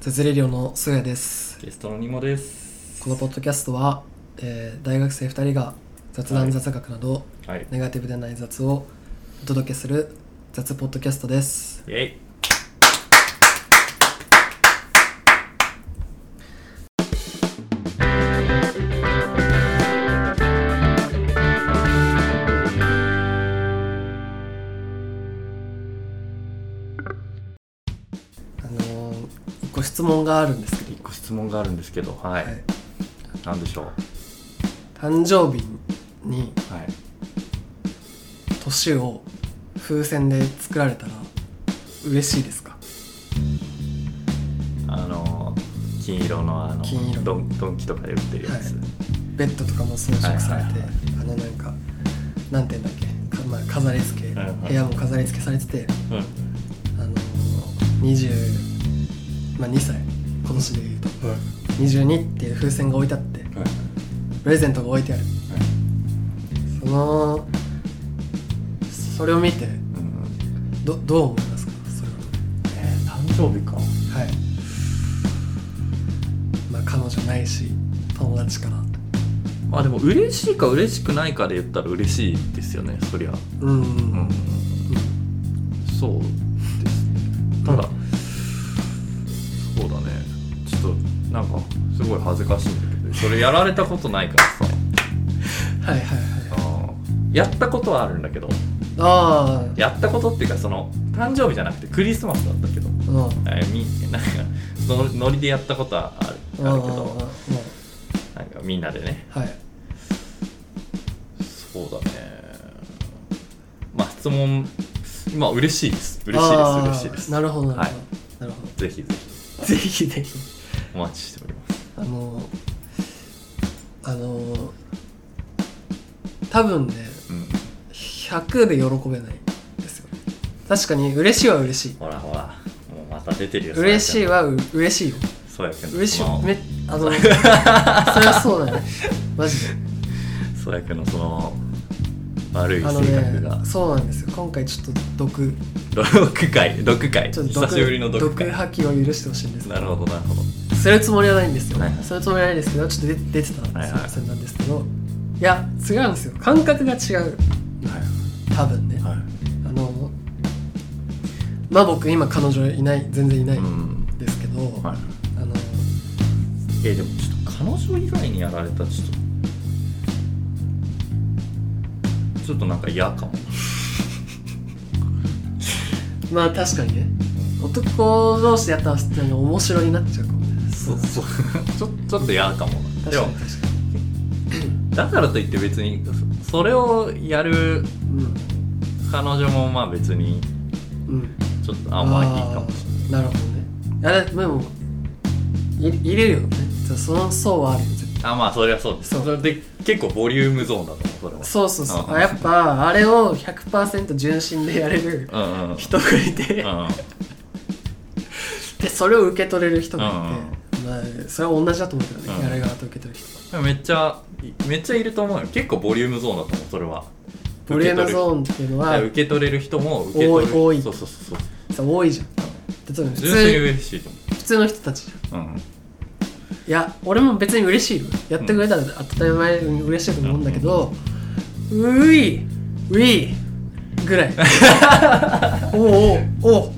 ツズレリオのソヤですゲストのニモです。このポッドキャストは、えー大学生2人が雑は談い雑学などはい。ネガティブでない雑をお届けする雑ポッドキャストですイェイ。あのー、ご質問があるんですけど、一個質問があるんですけど、はい。はいなんでしょう。誕生日にはい。年を風船で作られたら嬉しいですかあの金色のあの金色ドンドンキとかで売ってるやつ。ベッドとかも装飾されて、はいはいはいあのなんかなんて言うんだっけか、まあ、飾り付け、はいはい部屋も飾り付けされててうん。あの20、まあ、2歳今年で言うとはい。 22っていう風船が置いてあってはい。プレゼントが置いてあるそのそれを見てうん。どどう思いますかそれえー、誕生日か。ははいまあ彼女ないし友達からまあでも嬉しいか嬉しくないかで言ったら嬉しいですよね。そりゃ。うんうんううんん。そうですね。ただ、そうだね。ちょっとなんかすごい恥ずかしいんだけど、それやられたことないからさ。はいはいはいあーやったことはあるんだけどああやったことっていうかその誕生日じゃなくてクリスマスだったけどうんうんあみ なんかそのノリでやったことはあるうんあうるんけうんどなんかみんなでねはいそうだねまあ質問まあ嬉しいです嬉しいですあー嬉しいですなるほどなるほど、はなるほぜひぜひどぜひぜひお待ちしておりますあのあの多分ねうん100で喜べないですよね確かに嬉しいは嬉しいほらほらもうまた出てるよ嬉しいわはう嬉しいよそうやくんの嬉しいそのめあのそれは そうだねマジでそうやくんのその悪いあの性格がね そうなんですよ今回ちょっと毒毒回毒回ちょっと久しぶりの毒毒回破棄を許してほしいんですけなるほどなるほどするつもりはないんですよ、はいはいするつもりはないですけどちょっと出出てたんはいはいそれなんですけどいや違うんですよ感覚が違うは多分ね、いはあのまあ僕今彼女いない全然いないいうんんですけど、はいあのえーでもちょっと彼女以外にやられたらちょっとちょっとなんか嫌かもまあ確かにね男同士でやったら普通に面白いになっちゃうかもねそうそう ちょちょっと嫌かもな確でかもに確かだからといって別にそそれをやるに彼女もまあ別にうんうんちょっとあんまあいいかもしれれないなるほどねあれでもい入れるよねじゃあその層はあるよ絶対ないあまあそれはそうですそうそれで結構ボリュームゾーンだと思うそれはそうそうそうああやっぱあれを100%純真でやれるうんうんうん人がいてでそれを受け取れる人がいて、まあそれは同じだと思うけどね、うんやる側と受け取る人うんめっちゃめっちゃいると思うよ結構ボリュームゾーンだと思うそれはボリュームゾーンっていうのいやは受け取れる人も受け取る多い多いそうそうそうそうさ多いじゃん例えば普純粋に通嬉しいと思普通の人たちじゃんう、うん、いや俺も別に嬉しいよやってくれたら当たり前に嬉しいと思うんだけど、ういういういぐ らいおうおうおう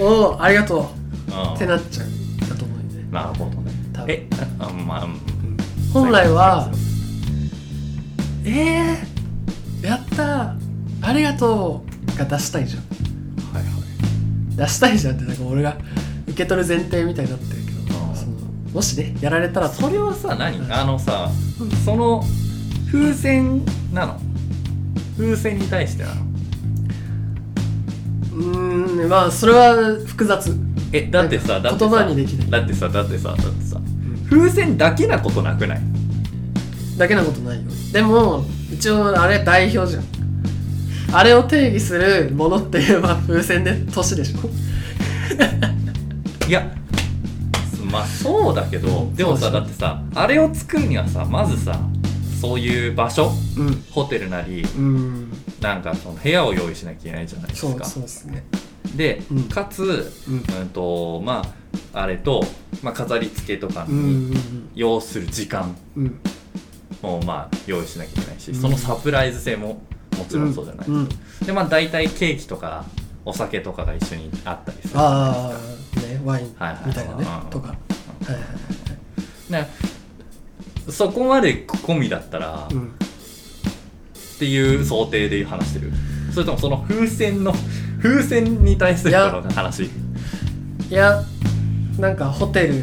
おうありがとうってなっちゃうんだと思うよねなるほどね多分えあまあうん本来はえー、やったーありがとうが出したいじゃんはいはい出したいじゃんってなんか俺が受け取る前提みたいになってるけあどーそのもしねやられたらそれはさ何うんあのさその風船なの風船に対してなのうーんまあそれは複雑えだってさだって言さ葉にできないだってさだってさだってさ風船だけなことなくないだけなことないよでも一応あれ代表じゃんあれを定義するものって言えば風船で年でしょいやまあそうだけどでもそさうでしだょってさあれを作るにはさまずさそういう場所うんホテルなりうんなんかその部屋を用意しなきゃいけないじゃないでそすうかそうですねで、うんかつ、うんうんとまああれと、まあ、飾り付けとかうんに要する時間うんうんをまあ用意しなきゃいけないし、うんそのサプライズ性ももちろんそうじゃない、うんうんでまあ大体ケーキとかお酒とかが一緒にあったりするああねワインはいはいみたいなねうんとかはいはいねそこまで込みだったら、はいっうんていう想定で話してるそれともその風船の風船に対するこの話いやなんかホテル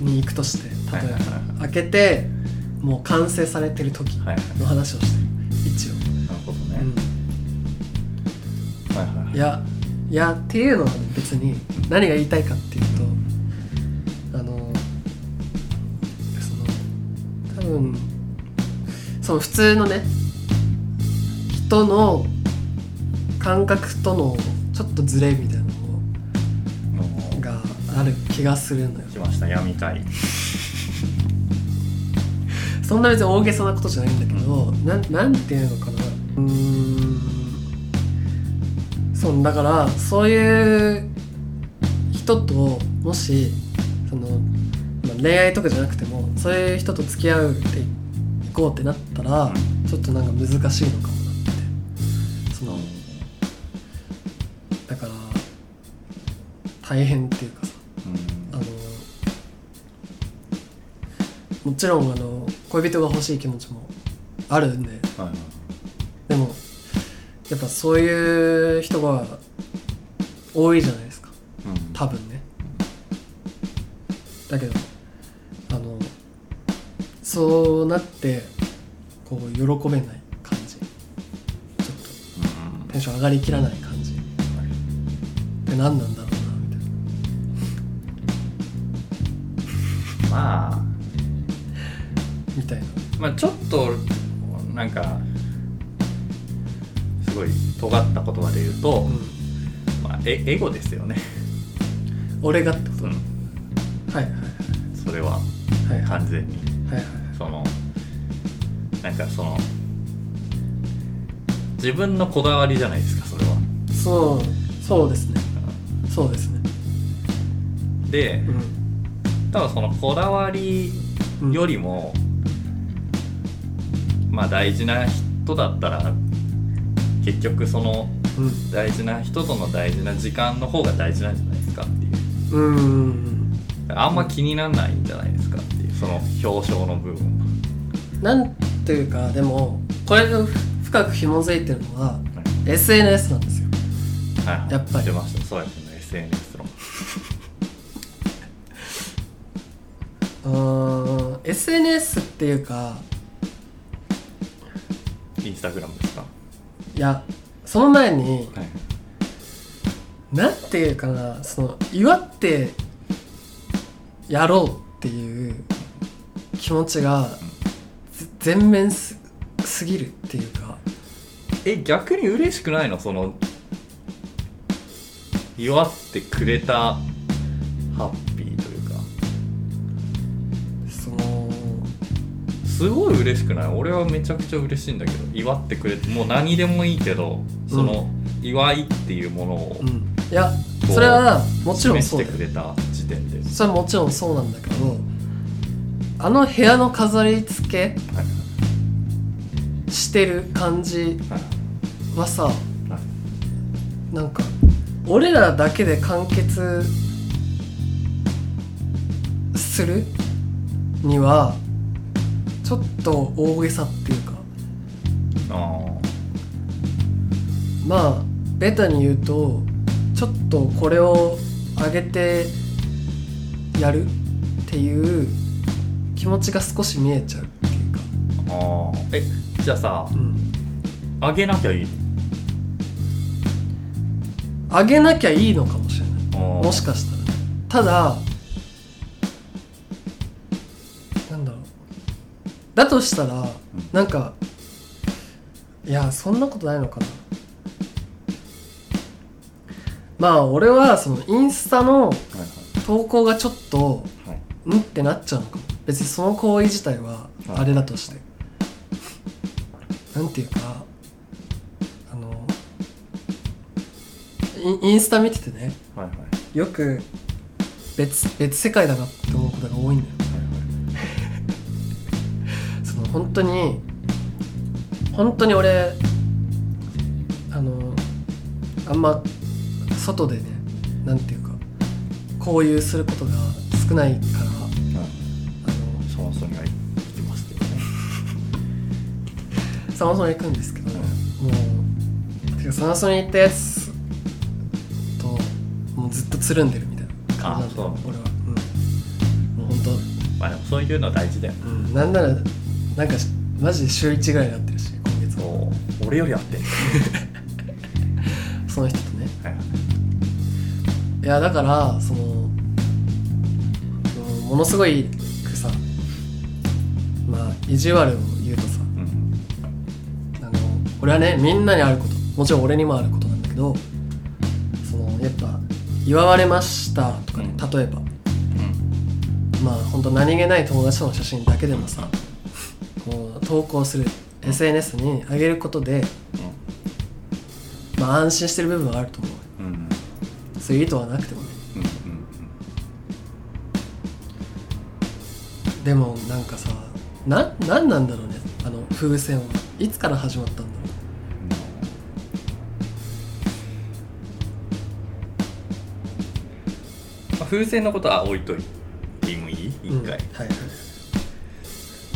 に行くとして例えはいはいはいば開けてもう完成されてる時はいはいの話をしてる一応、なるほどね、うはいはいはん、いいやいやっていうのは別に何が言いたいかっていうとあのその多分その普通のね人の感覚とのちょっとズレみたいなのもうがある気がするのよ来ました闇会そんな別に大げさなことじゃないんだけど、なん、なんていうのかなうーんそうだからそういう人ともしその、まあ、恋愛とかじゃなくてもそういう人と付き合うっていこうってなったら、ちょっとなんか難しいのかもなってそのだから大変っていうかさあのもちろんあの恋人が欲しい気持ちもあるんではいはいでもやっぱそういう人が多いじゃないですかうん多分ねだけどあのそうなってこう喜べない感じちょっとテンション上がりきらない感じって何なんだろうなみたいなまあみたいなまあちょっとなんかすごい尖った言葉で言うと、うんまあ、エエゴですよね、俺がってこうん、とはいはいそれははいはい完全にはいはいそのなんかその自分のこだわりじゃないですかそれは、そうそうですねうそうですねんで多分そのこだわりうんよりも、まあ大事な人だったら結局そのうん大事な人との大事な時間の方が大事なんじゃないですかっていううんうんあんま気にならないんじゃないですかっていうその表彰の部分なんというかでもこれが深く紐づいてるのは SNS なんですよはいはいやっぱり出ましたそうですね SNS のうーん SNS っていうかインスタグラムですかいやその前にはいなんていうかなその祝ってやろうっていう気持ちがぜ全面すすぎるっていうかえ逆に嬉しくないのその祝ってくれたハッピーというかそのすごい嬉しくない俺はめちゃくちゃ嬉しいんだけど祝ってくれてもう何でもいいけどその祝いっていうものをうんいやそれはもちろん示そしうてだよくれた時点で、それはもちろんそうなんだけどあの部屋の飾り付けはいしてる感じはいはさなんか俺らだけで完結するにはちょっと大げさっていうかあまあベタに言うとちょっとこれを上げてやるっていう気持ちが少し見えちゃうっていうか。ーあーえじゃあさうんあげなきゃいいあげなきゃいいのかもしれないももしかしたらねただなんだろうだとしたらなんかいやそんなことないのかなまあ俺はそのインスタのはい投稿がちょっとはいはいんってなっちゃうのかも別にその行為自体ははいあれだとして、なんていうかあのインインスタ見ててねはいはいよく別別世界だなって思うことが多いんだよ その本当に本当に俺あのあんま外でねなんていうか交流することが少ないからあサマソニが来てますけどねのサマソニ行くんですけどねもうてかサマソニ行ったやつともうずっとつるんでるみたいな感じなんだよあそう俺は、うん、もう本当まあでもそういうの大事だよねうんなんならなんかしマジで週1ぐらいになってるし今月もおー俺より合ってんねその人とねはいはいいやだからそのうんものすごいくさまあ意地悪を言うとさうんあの俺はねみんなにあることもちろん俺にもあることなんだけどそのやっぱ祝われましたとかね、うん例えばまあ本当何気ない友達との写真だけでもさこう投稿する SNS に上げることで、まあ、安心してる部分はあると思ううんうんうんそういう意図はなくてもねうんでもなんかさななんなんだろうねあの風船はいつから始まったんだろまあ風船のことは置いといてもいいう一うん回、はい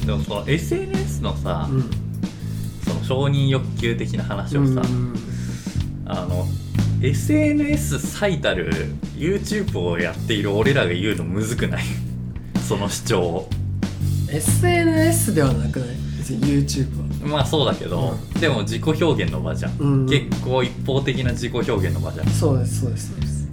でもその SNS のさ、うんその承認欲求的な話をさ、うんあの SNS 最たる YouTube をやっている俺らが言うのむずくない その主張を SNS ではなくない別に YouTube はまあそうだけど、でも自己表現の場じゃん、うん結構一方的な自己表現の場じゃんそうですそうですそうです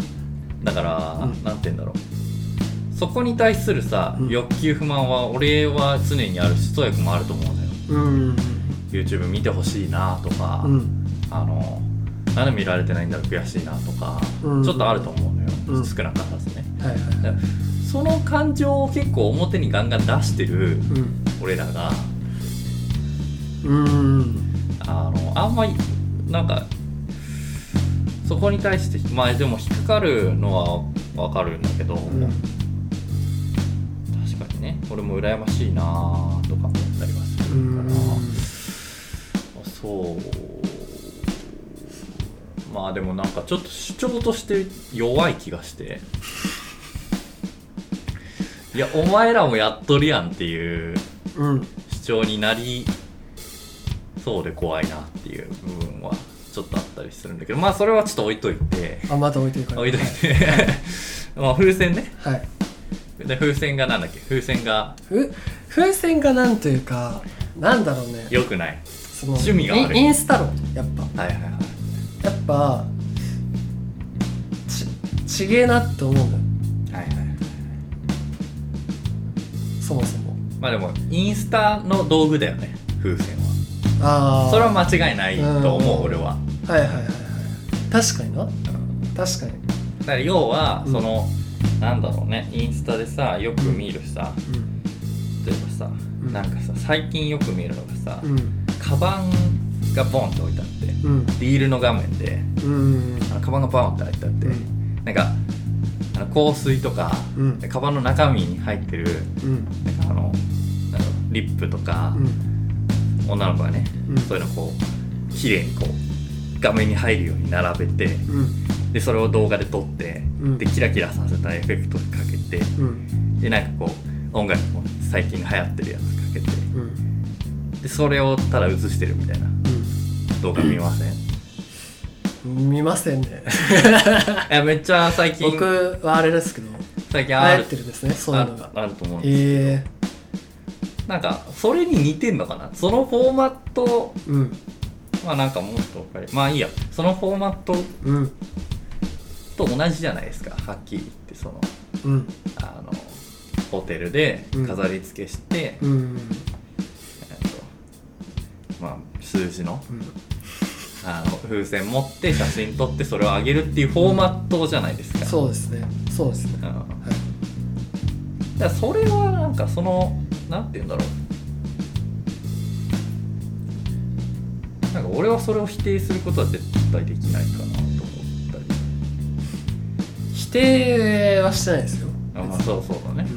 だから、うんなんて言うんだろうそこに対するさ、うん欲求不満は俺は常にあるし宗くもあると思うのようん YouTube 見てほしいなとか、うんあのなんで見られてないんだろう悔しいなとか、うんちょっとあると思うのよ、うん少なからずねはいはいはいその感情を結構表にガンガン出してるうん俺らがうんあのあんまりなんかそこに対してまあでも引っかかるのはわかるんだけど、うん確かにね俺も羨ましいなとか思ったりはするうかんら、そうまあでもなんかちょっと主張として弱い気がしていやお前らもやっとるやんっていううん主張になりそうで怖いなっていう部分はちょっとあったりするんだけどまあそれはちょっと置いとい てあまた置いてるから置いといて まあ風船ねはいで風船がなんだっけ風船がふ風船がなんというかなんだろうね良くないその趣味があるインインスタ論やっぱはいはいはいやっぱちちげえなって思うのよはいはいそもそもまあでもインスタの道具だよね風船あはあそれは間違いないと思ううん俺ははいはいはいはい確かにな確かにだから要はうんその、なんだろうねインスタでさよく見るさ例えばさ、んなんかさ最近よく見るのがさ、うんカバンがボンって置いてあってうんリールの画面でうんあのカバンがボンって置いてあって、うんなんかあの香水とか、うんカバンの中身に入ってるうんなんかあのなんだろうリップとか、うん女の子がね、うんそういうのをこう綺麗にこう画面に入るように並べてうんでそれを動画で撮って、うんでキラキラさせたエフェクトかけてうんでなんかこう音楽も最近流行ってるやつかけてうんでそれをただ映してるみたいな動画見ま せんいうん見ませんねやめっちゃ最近僕はあれですけど最近あ流行るってるですねそういうのがああると思うんでえすなんかそれに似てんのかなそのフォーマットえうんまあなんかもっとわかりまあいいやそのフォーマットうんと同じじゃないですかはっきり言ってそのうんあのホテルでうん飾り付けして、うんえっとまあ、数字のうんあの風船持って写真撮ってそれを上げるっていうフォーマットじゃないですか。そうですねそうですねうん、だかはいらそれはなんかそのなんて言うんだろうなんか俺はそれを否定することは絶対できないかなと思ったり否定はしてないですよそうそうだね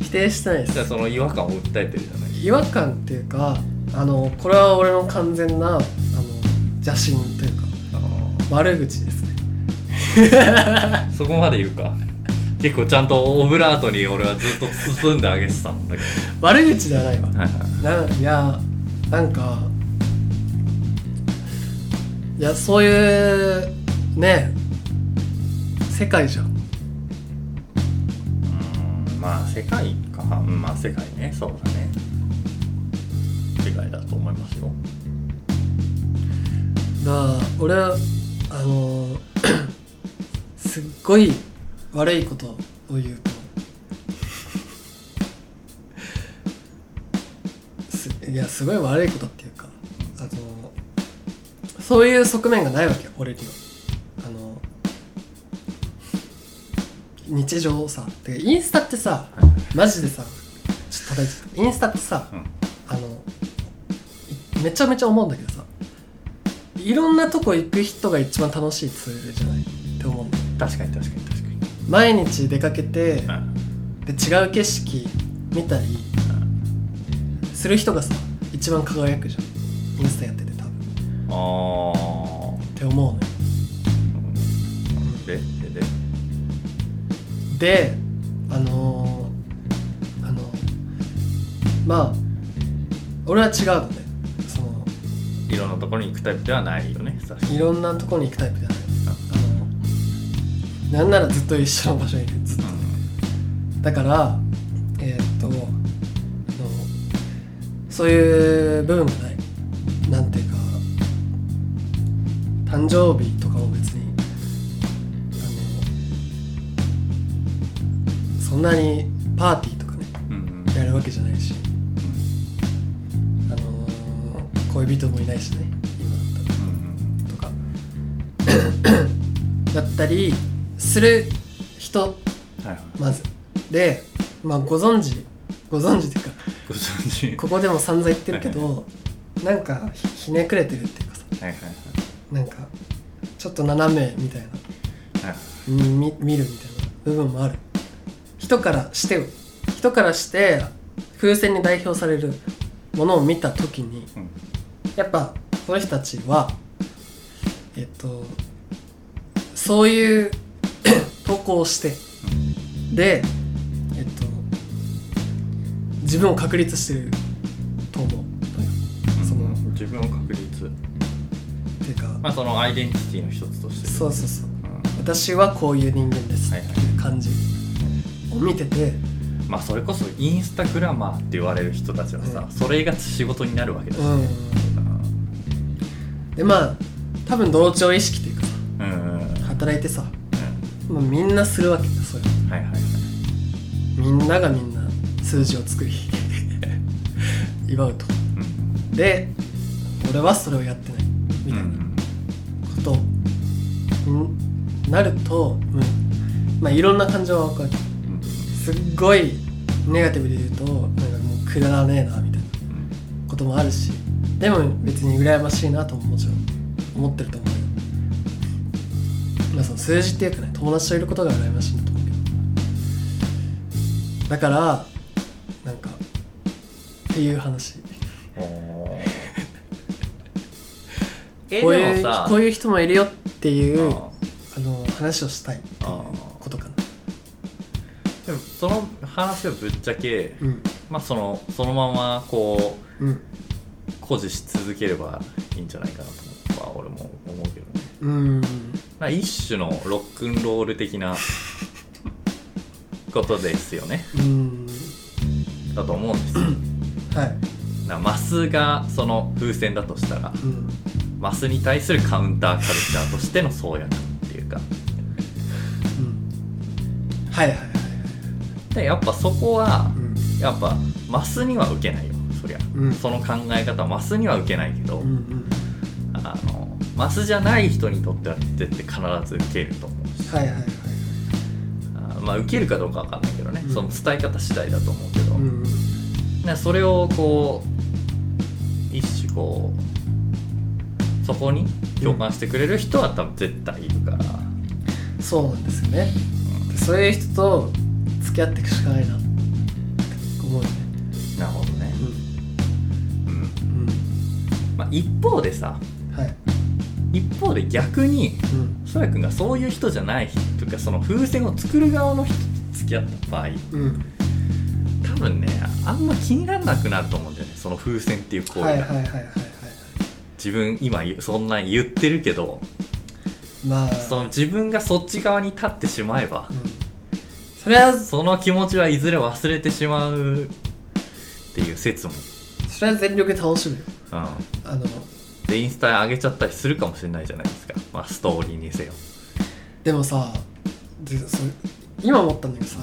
否定してないでじすゃあその違和感を訴えてるじゃない違和感っていうかあのこれは俺の完全なあの邪神というか悪口ですねそこまで言うか結構ちゃんとオブラートに俺はずっと包んであげてたんだけ悪口ではないわどはいはいないやなんかいやそういうね世界じゃんうんまあ世界かうんまあ世界ねそうだね世界だと思いますよだから俺はあの すっごい悪いことを言うとすいやすごい悪いことっていうかあのそういう側面がないわけよ俺にはあの日常をさてかインスタってさマジでさちょっと叩いちゃったインスタってさ、うんあのいめちゃめちゃ思うんだけどさいろんなとこ行く人が一番楽しいツールじゃないって思うんだ確かに確かに確かに毎日出かけてうんで違う景色見たりする人がさ一番輝くじゃんインスタやってて多分っああて思うのよでででであのーあのまあ俺は違うのねそのいろんなところに行くタイプではないよね確かにいろんなとこに行くタイプじゃないあのなんならずっと一緒の場所にいるずっとだからえーっとあのそういう部分がないなんていうか誕生日とかも別にあのそんなにパーティーとかねうんうんやるわけじゃないし、あの恋人もいないしね今だったらうんとかだったりする人うんはいはいまずでまあご存知ご存知というかご存知ここでも散々言ってるけどなんかひひねくれてるっていうかさはいはいなんかちょっと斜めみたいなはいはいうんみ見るみたいな部分もある人からして人からして風船に代表されるものを見た時にうんやっぱその人たちはえっとそういう 投稿をしてでえっと自分を確立してると思うそのうん自分を確立っていうまかあそのアイデンティティの一つとしてそうそうそううん私はこういう人間ですはいっはいていう感じを見ててまあそれこそインスタグラマーって言われる人たちはさ、うんそれが仕事になるわけだし、うんでまあ多分同調意識というかさうんうんうんうん働いてさ、まあ、みんなするわけだよそれはいはいはいみんながみんな数字を作り 祝うとうんで俺はそれをやってないみたいなことになると、うんまあいろんな感情は分かるうんうんすっごいネガティブで言うとなんかもうくだらねえなみたいなこともあるしでも別に羨ましいなとももちろん思ってると思うよ、まあ、その数字っていうかね友達といることが羨ましいんだと思うけどだからなんかっていう話うんおーえこうでいもうさこういう人もいるよっていうああの話をしたいっていうあことかなーでもその話をぶっちゃけ、うんまあそのそのままこううん誇示し続ければいいんじゃないかなとは俺も思うけどねうんまあ一種のロックンロール的なことですよねうんだと思うんですよはいなマスがその風船だとしたらうんマスに対するカウンターカルチャーとしての創薬っていうかうんはいはいはいでやっぱそこはうんやっぱマスには受けないよそりゃ、うんその考え方はマスには受けないけど、うんうんあのマスじゃない人にとっては絶対必ず受けると思うしはいはいはいあまあ受けるかどうかわかんないけどね、うんその伝え方次第だと思うけど、うんうんねそれをこう一種こうそこに共感してくれる人は多分絶対いるから、そうなんですよね、うんそそういう人と付き合っていくしかないなって思うよねなるほどね、うんうんまあ、一方でさうんはい一方で逆にうんそやくんがそういう人じゃない人とかその風船を作る側の人と付き合った場合うん多分ねあんま気にならなくなると思うんだよねその風船っていう行為が、はいはいはいはいはいはい自分今そんな言ってるけどまあその自分がそっち側に立ってしまえばうんそれはその気持ちはいずれ忘れてしまうっていう説も、それは全力で楽しむようん、あのでインスタに上げちゃったりするかもしれないじゃないですか、まあ、ストーリーにせよでもさでそ今思ったんだけどさ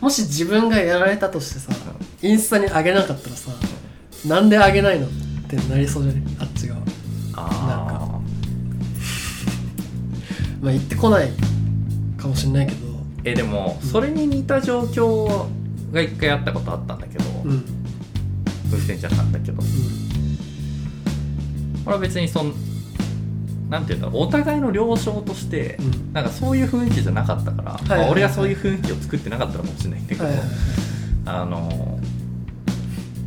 もし自分がやられたとしてさインスタに上げなかったらさなんで上げないのってなりそうじゃねあっち側あまあ言ってこないかもしれないけどあえでもそれに似た状況が一回あったことあったんだけど、うんうん風船じゃなかったけどこれは別にそんなんていうんだろうお互いの了承として、うんなんかそういう雰囲気じゃなかったから、いはいはいまあ俺がそういう雰囲気を作ってなかったのかもしれないんだけど、はいはいはいあの、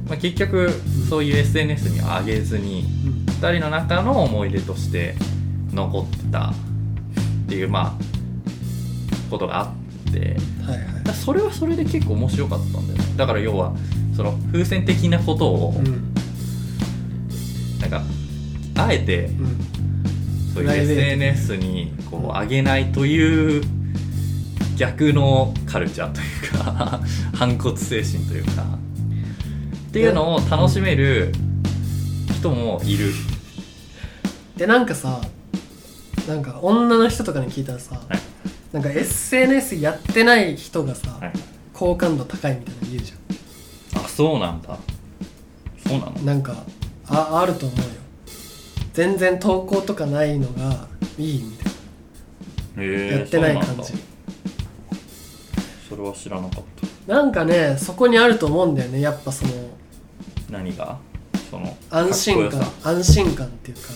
まあ、結局そういう SNS には上げずにうん2人の中の思い出として残ってたっていうまあことがあってはいはいだそれはそれで結構面白かったんだよねだから要はその風船的なことを、うんなんかあえてうんそプういうライベート SNS にこう上げないという逆のカルチャーというか 反骨精神というかっていうのを楽しめる人もいる、でなんかさなんか女の人とかに聞いたらさ、はいなんか SNS やってない人がさ、はい好感度高いみたいなの言うじあそうなんだそうなのゃんなんかああると思うよ全然投稿とかないのがいいみたいへな、えやってないそうなん感だじそれは知らなかったなんかねそこにあると思うんだよねやっぱその何がその安心か感っこよ安心感っていうかさ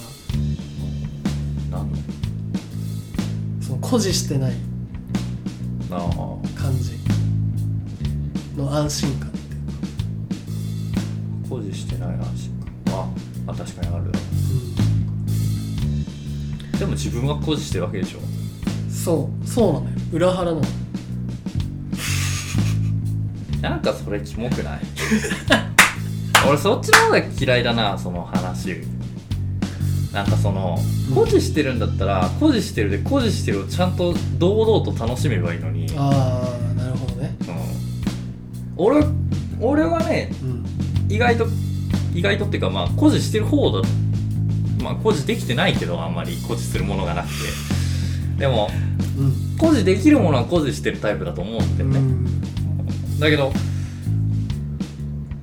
なんだその誇示してないなあ感じの安心感っていうか、工事してない安心感ああ確かにあるでも自分は工事してるわけでしょうん、そうそうなのよ裏腹なのなんかそれキモくない 俺そっちの方が嫌いだなその話なんかそのうん工事してるんだったら工事してるで工事してるをちゃんと堂々と楽しめばいいのに、うん、ああなるほどね俺俺はねうん意外と意外とっていうかまあ工事してる方だまあ工事できてないけどあんまり工事するものがなくてでもうん工事できるものは工事してるタイプだと思うんだよね、うんだけど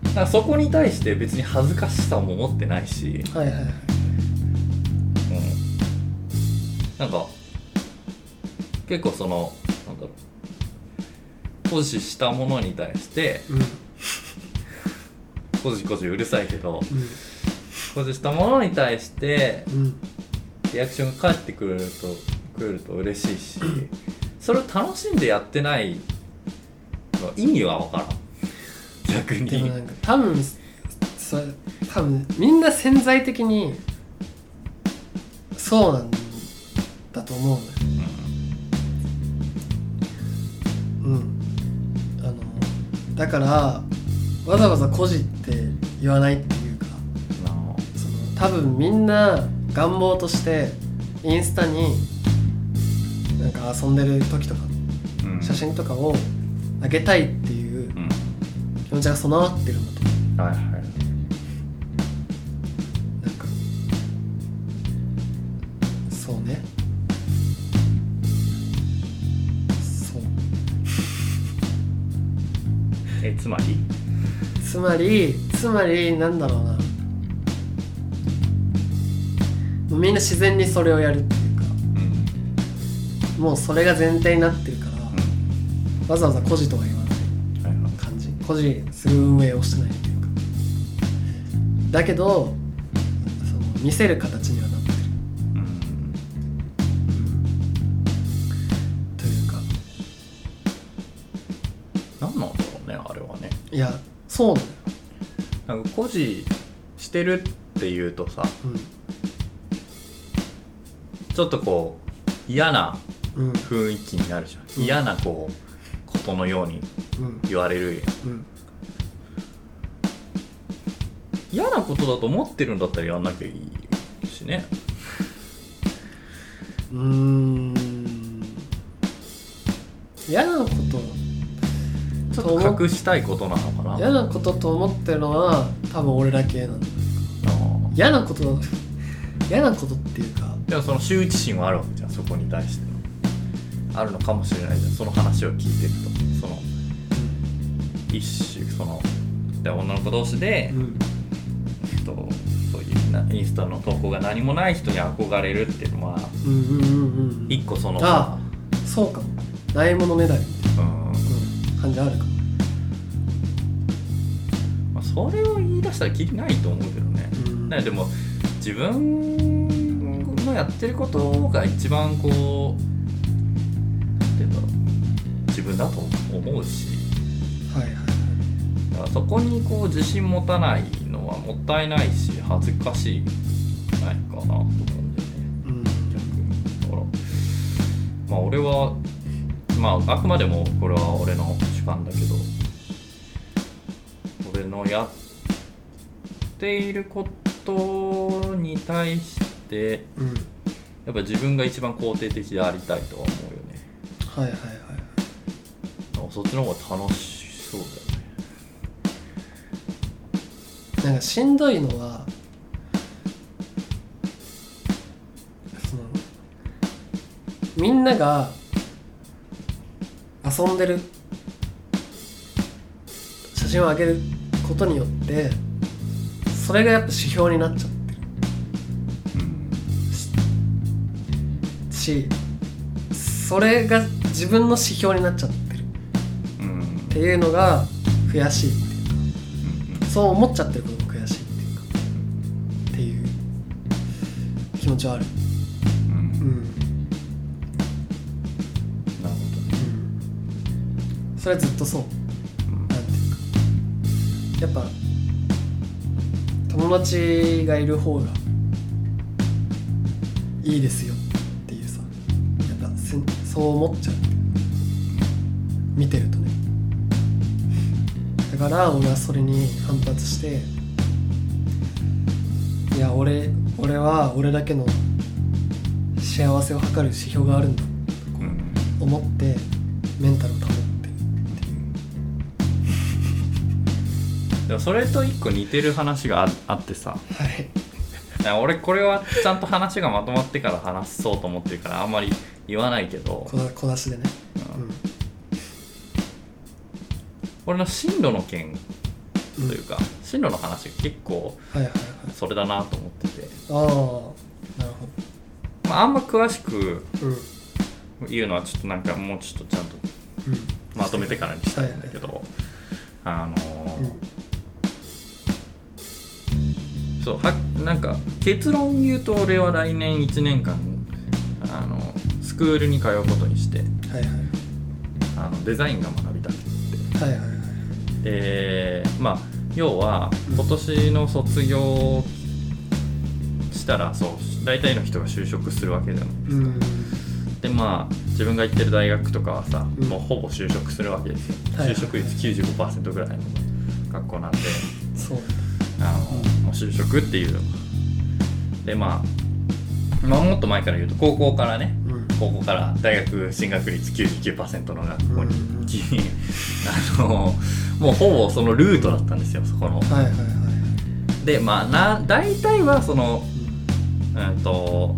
なんかそこに対して別に恥ずかしさも持ってないし、はいはいはいうん、なんか結構そのなんだろう保持したものに対してうんこじこじうるさいけうど保持したものに対してんうんリアクションが返ってくるとくると嬉しいしそれを楽しんでやってないの意味は分からん逆にでもなんか多分それ多分みんな潜在的にそうなんだと思うのようんあのだからわざわざ「孤児」って言わないっていうかうんなあその多分みんな願望としてインスタになんか遊んでる時とかうん写真とかをあげたいっていううん気持ちが備わってるんだと思うはいはいなんかそうねそうえつまりつまりつまりなんだろうなもうみんな自然にそれをやるっていうかうんもうそれが前提になってるから、わざわざ孤児とは言わないはいは感じ孤児する運営をしてないっていうかだけどその見せる形にはなってるいというか何なんだろうねあれはねいやそうなのよ、なんか孤児してるっていうとさちょっとこう嫌なうんうん雰囲気になるじゃうんん嫌なこうことのようにうん言われるうん嫌なことだと思ってるんだったらやんなきゃいいしねうーん嫌なことちょっと隠したいことなのかな嫌なことと思ってるのは多分俺だけなんだうん嫌なことな嫌なことっていうかでもその羞恥心はあるわけじゃんそこに対してのあるのかもしれないじゃんその話を聞いてるとその一種そので女の子同士で、うんえっとそういうなインスタの投稿が何もない人に憧れるっていうのはうんうんうんうん一個そのあそうかもないものねだりみたいうんな感じあるかもまあ、それを言い出したらきりないと思うけどねうんねでも自分のやってることが一番こうなんて言うんだろう自分だと思うしはいはいはいだからそこにこう自信持たないのはもったいないし恥ずかしいないかなと思うんだよねうん逆にだからまあ俺はまああくまでもこれは俺の主観だけど俺のやっていることに対してうんやっぱ自分が一番肯定的でありたいとは思うよねはいはいはいだからそっちの方が楽しそうだよねなんかしんどいのはそのみんなが遊んでる写真を上げることによってそれがやっぱ指標になっちゃってるしそれが自分の指標になっちゃってるうんうんっていうのが悔しいっていうそう思っちゃってることも悔しいっていうかっていう気持ちはあるうんうんうん、なるほどねそれはずっとそうなんていうかやっぱ友達がいる方がいいですよっていうさやっぱせそう思っちゃう見てるとねだから俺はそれに反発していや俺俺は俺だけの幸せを測る指標があるんだうん思ってメンタルを保ってるでもそれと一個似てる話がああってさはい俺これはちゃんと話がまとまってから話そうと思ってるからあんまり言わないけど小出小出しでね俺の進路のう件とん、うんいうか進路の話が結構はいはいはいそれだなと思ってて、ああなるほまあ、あんま詳しくどうんうん言うのはちょっとなんかもうちょっとちゃんとまとめてからにしたいんだけど、あのーうんそうはなんか結論言うと俺は来年1年間あのスクールに通うことにしてはいはいあのデザインが学びたくてはいはいはいでまあ要は今年の卒業したらそう大体の人が就職するわけじゃないうんでまあ自分が行ってる大学とかはさ、うんもうほぼ就職するわけですよ、はい就職率95%ぐらいの学校なんでそうあの、うもう就職っていうでまあ、まあ、もっと前から言うと高校からねうん高校から大学進学率99%の学校にうん行き、あのもうほぼそのルートだったんですよそこの。はいはいはいでまあな大体はその、うんうん、と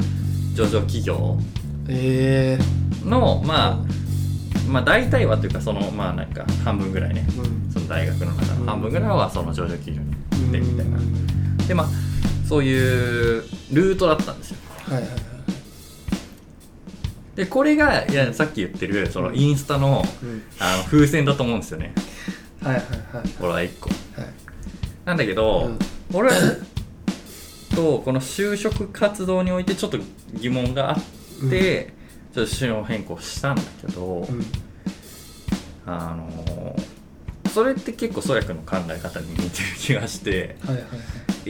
上場企業ええの、まあ、まあ大体はというかそのまあなんか半分ぐらいねうんその大学の中の半分ぐらいはその上場企業に行ってみたいな。うんでまあそういうルートだったんですよ。はいはいはいでこれがいやさっき言ってるそのインスタのうんあの風船だと思うんですよねはいはいはい俺は1個。はいなんだけど、うん俺とこの就職活動においてちょっと疑問があって、ちょっと仕様変更したんだけど、うんあのそれって結構ソヤ君の考え方に似てる気がしてはいはい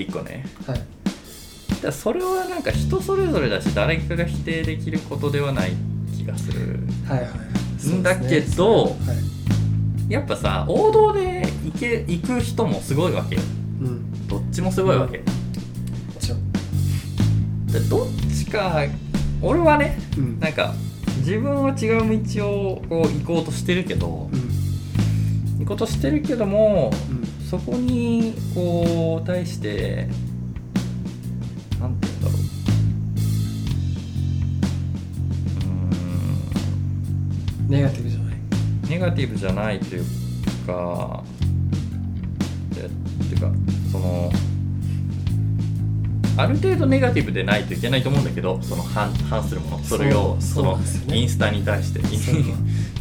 1個ねはいはいだからそれはなんか人それぞれだし誰かが否定できることではない気がするはいはいそうですねだけどはいやっぱさ王道で行け行く人もすごいわけようんどっちもすごいわけちょでどっちか俺はねうんなんか自分は違う道をこう行こうとしてるけどうん行こうとしてるけどもうんそこにこう対してなんて言うんだろうネガティブじゃない。うーんネガティブじゃないというかえっていうかそのある程度ネガティブでないといけないと思うんだけどその反反するものそれをそうそそうのですよねインスタに対してそう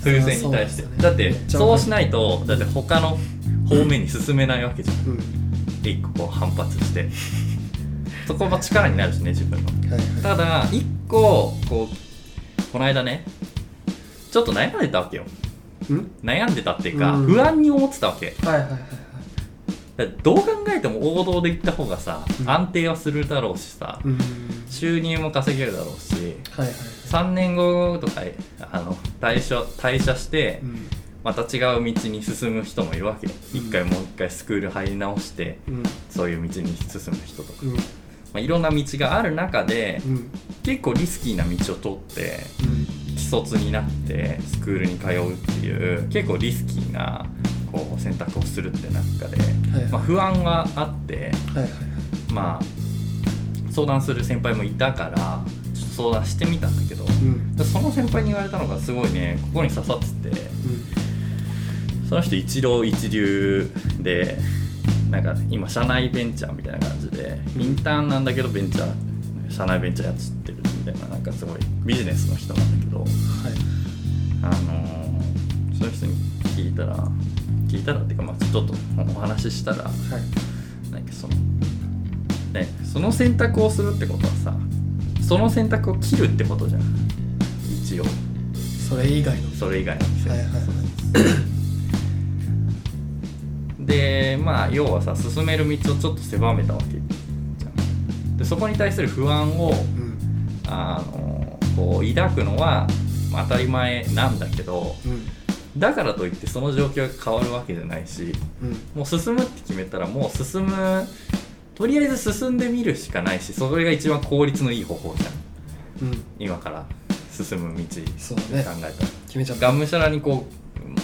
風船に対してそうですよねだっめてっちゃわかそうるしないとだって他の方面に進めないわけじゃんうん。一個こう反発して そこも力になるしね自分のはいはただ一個こうこの間ねちょっと悩んでたわけよい。うん。悩んでたっていうか、うん不安に思ってたわけはいはいはいはい。だってどう考えても王道で行った方がさ、うん安定はするだろうしさ、うん。収入も稼げるだろうしはいはい。 3年後とかあの退所退社して、うん。また違う道に進む人もいるわけようん一、回もう一回スクール入り直してうん。そういう道に進む人とか、うん。まあ、いろんな道がある中でうん。結構リスキーな道を取ってうん。既卒になってスクールに通うっていう結構リスキーなこう選択をするって中で、はいまあ、不安はあってはいはい。まあ相談する先輩もいたからちょっと相談してみたんだけどうん。でその先輩に言われたのがすごいねここに刺さってて。その人一浪一流でなんか今社内ベンチャーみたいな感じでインターンなんだけどベンチャー社内ベンチャーやってるみたいななんかすごいビジネスの人なんだけどはあのーその人に聞いたら聞いたらっていうかまあちょっとお話ししたらい。はい。なんかそのねその選択をするってことはさその選択を切るってことじゃん一応それ以外の。それ以外の選択はいはいはい。でまあ要はさ進める道をちょっと狭めたわけじゃんでそこに対する不安をうん。あのこう抱くのは、まあ当たり前なんだけどうん。だからといってその状況が変わるわけじゃないしうん。もう進むって決めたらもう進むとりあえず進んでみるしかないしそれが一番効率のいい方法じゃんうん。今から進む道考そうだえねた。ら決めちゃった。がはいむしゃらにこ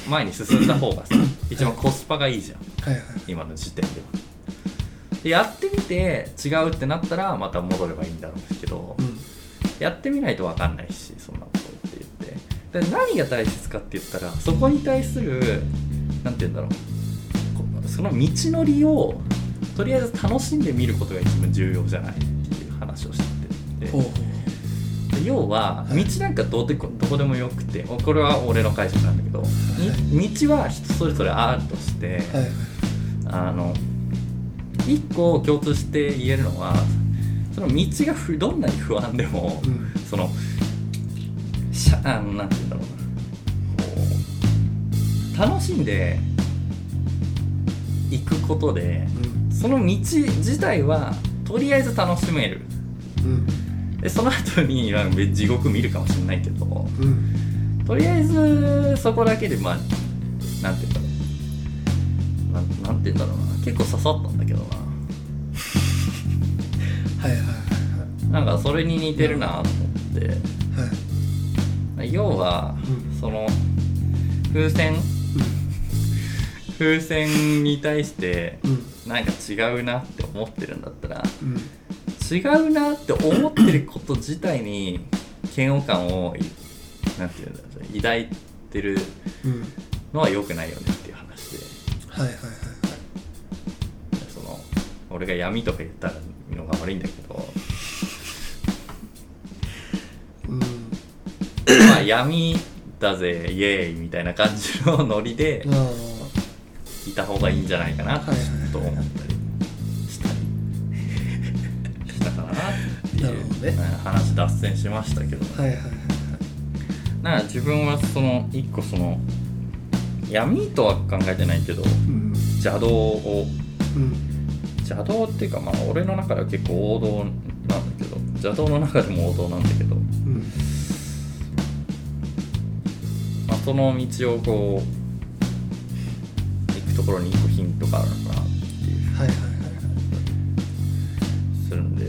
う前に進んだ方がさ一番コスパがいいじゃんはい。今の時点ではでやってみて違うってなったらまた戻ればいいんだろうけど、うん。やってみないと分かんないしそんなことって言ってで何が大切かって言ったらそこに対する何て言うんだろうこその道のりをとりあえず楽しんでみることが一番重要じゃないっていう話をしててほうほう。で要はは道いなんかどうでこどこでもよくてこれは俺の解釈なんだけど、に道は人それぞれあるとしはいて、はい。あの一個共通して言えるのはその道がふどんなに不安でも、うん。そのしゃあのなんて言うんだろうなこう楽しんで行くことでうん。その道自体はとりあえず楽しめるうん。でその後にまあ地獄見るかもしれないけどうん。とりあえずそこだけでまあなんて言うんだろうなんなんて言うんだろうな結構刺さったんだけどなはいはいはなんかそれに似てるなと思っていはい。はい。要は、うんその風船風船に対してうん。なんか違うなって思ってるんだったらうん。違うなって思ってること自体に嫌悪感をいなんていうんだろう抱いてるうん。うん。のは良くないよねっていう話ではいはいはいはい。その俺が闇とか言ったのが悪いんだけ どうん。まあ闇だぜイエーイみたいな感じのノリでああ。いた方がいいんじゃないかなってちょっと思ったりしたりしたかなってなるほどねいう、うん話脱線しましたけど、はいはいはいなんか自分はその一個その闇とは考えてないけどうん邪道をうん邪道っていうかまあ俺の中では結構王道なんだけど邪道の中でも王道なんだけど、うんまあ、その道をこう行くところに一個ヒントがあるのかなっていうはいはいはいするんで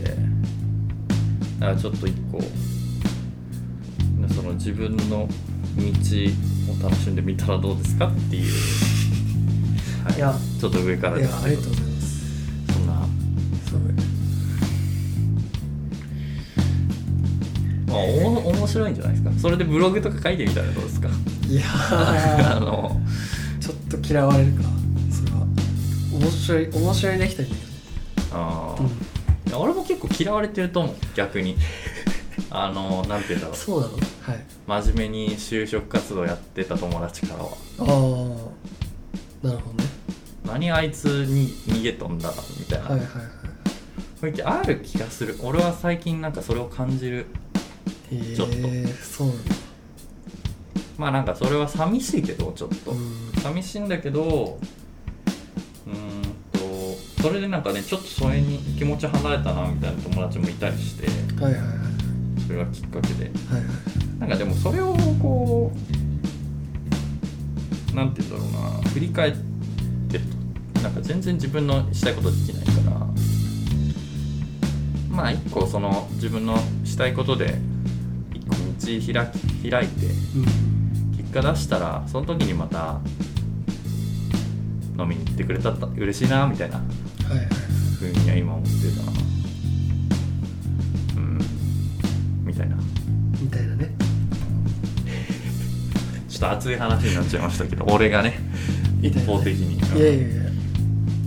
だからちょっと一個その自分の道を楽しんでみたらどうですかっていう、はいやちょっと上からはいいでやすありけどがとうございますそんな、ますごいあ、おも面白いんじゃないですかそれでブログとか書いてみたらどうですかいや あーのちょっと嫌われるかそれは面白い面白いできたりだあけー、ど、いや俺も結構嫌われてると思う逆にあのなんて言うんだうろん、そうなのはい真面目に就職活動やってた友達からはああなるほどね何あいつに逃げとんだみたいな、はいはいはい雰囲気ある気がする俺は最近なんかそれを感じるえー、ちょっそうなんだまあなんかそれは寂しいけどちょっと、うん寂しいんだけどうーんとそれでなんかねちょっとそれに気持ち離れたなみたいな友達もいたりしてはいはいはいはそれがきっかけでいはいなんかでもそれをこうなんて言うんだろうな振り返ってるとなんか全然自分のしたいことできないからまあ一個その自分のしたいことで一個道開き開いてうん結果出したらその時にまた飲みに行ってくれたら嬉しいなみたいなはいはいふうには今思ってるかなうんみたいな。みたいなねちょっと熱い話になっちゃいましたけど、俺がね、み一たいなね方的に。いやいやいや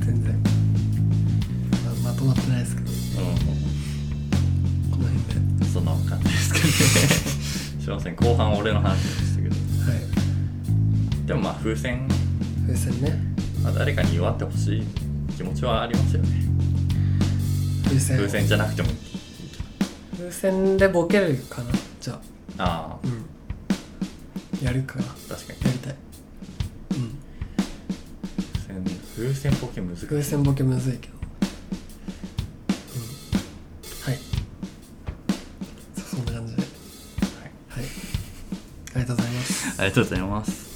全然まあまとまってないですけどこの辺でうん、そんな感じですけどね。 すいません、後半俺の話でしたけど。はいでもまあ、風船、風船ねまあ、誰かに祝ってほしい気持ちはありますよね。風船風船じゃなくてもいい。風船でボケるかなじゃああうんやるかなやあ、確かに。りたいうん風船、風船ポケ難しい。風船ボケむずいけど、うん、はいそそんな感じでははいいありがとうございますありがとうございます。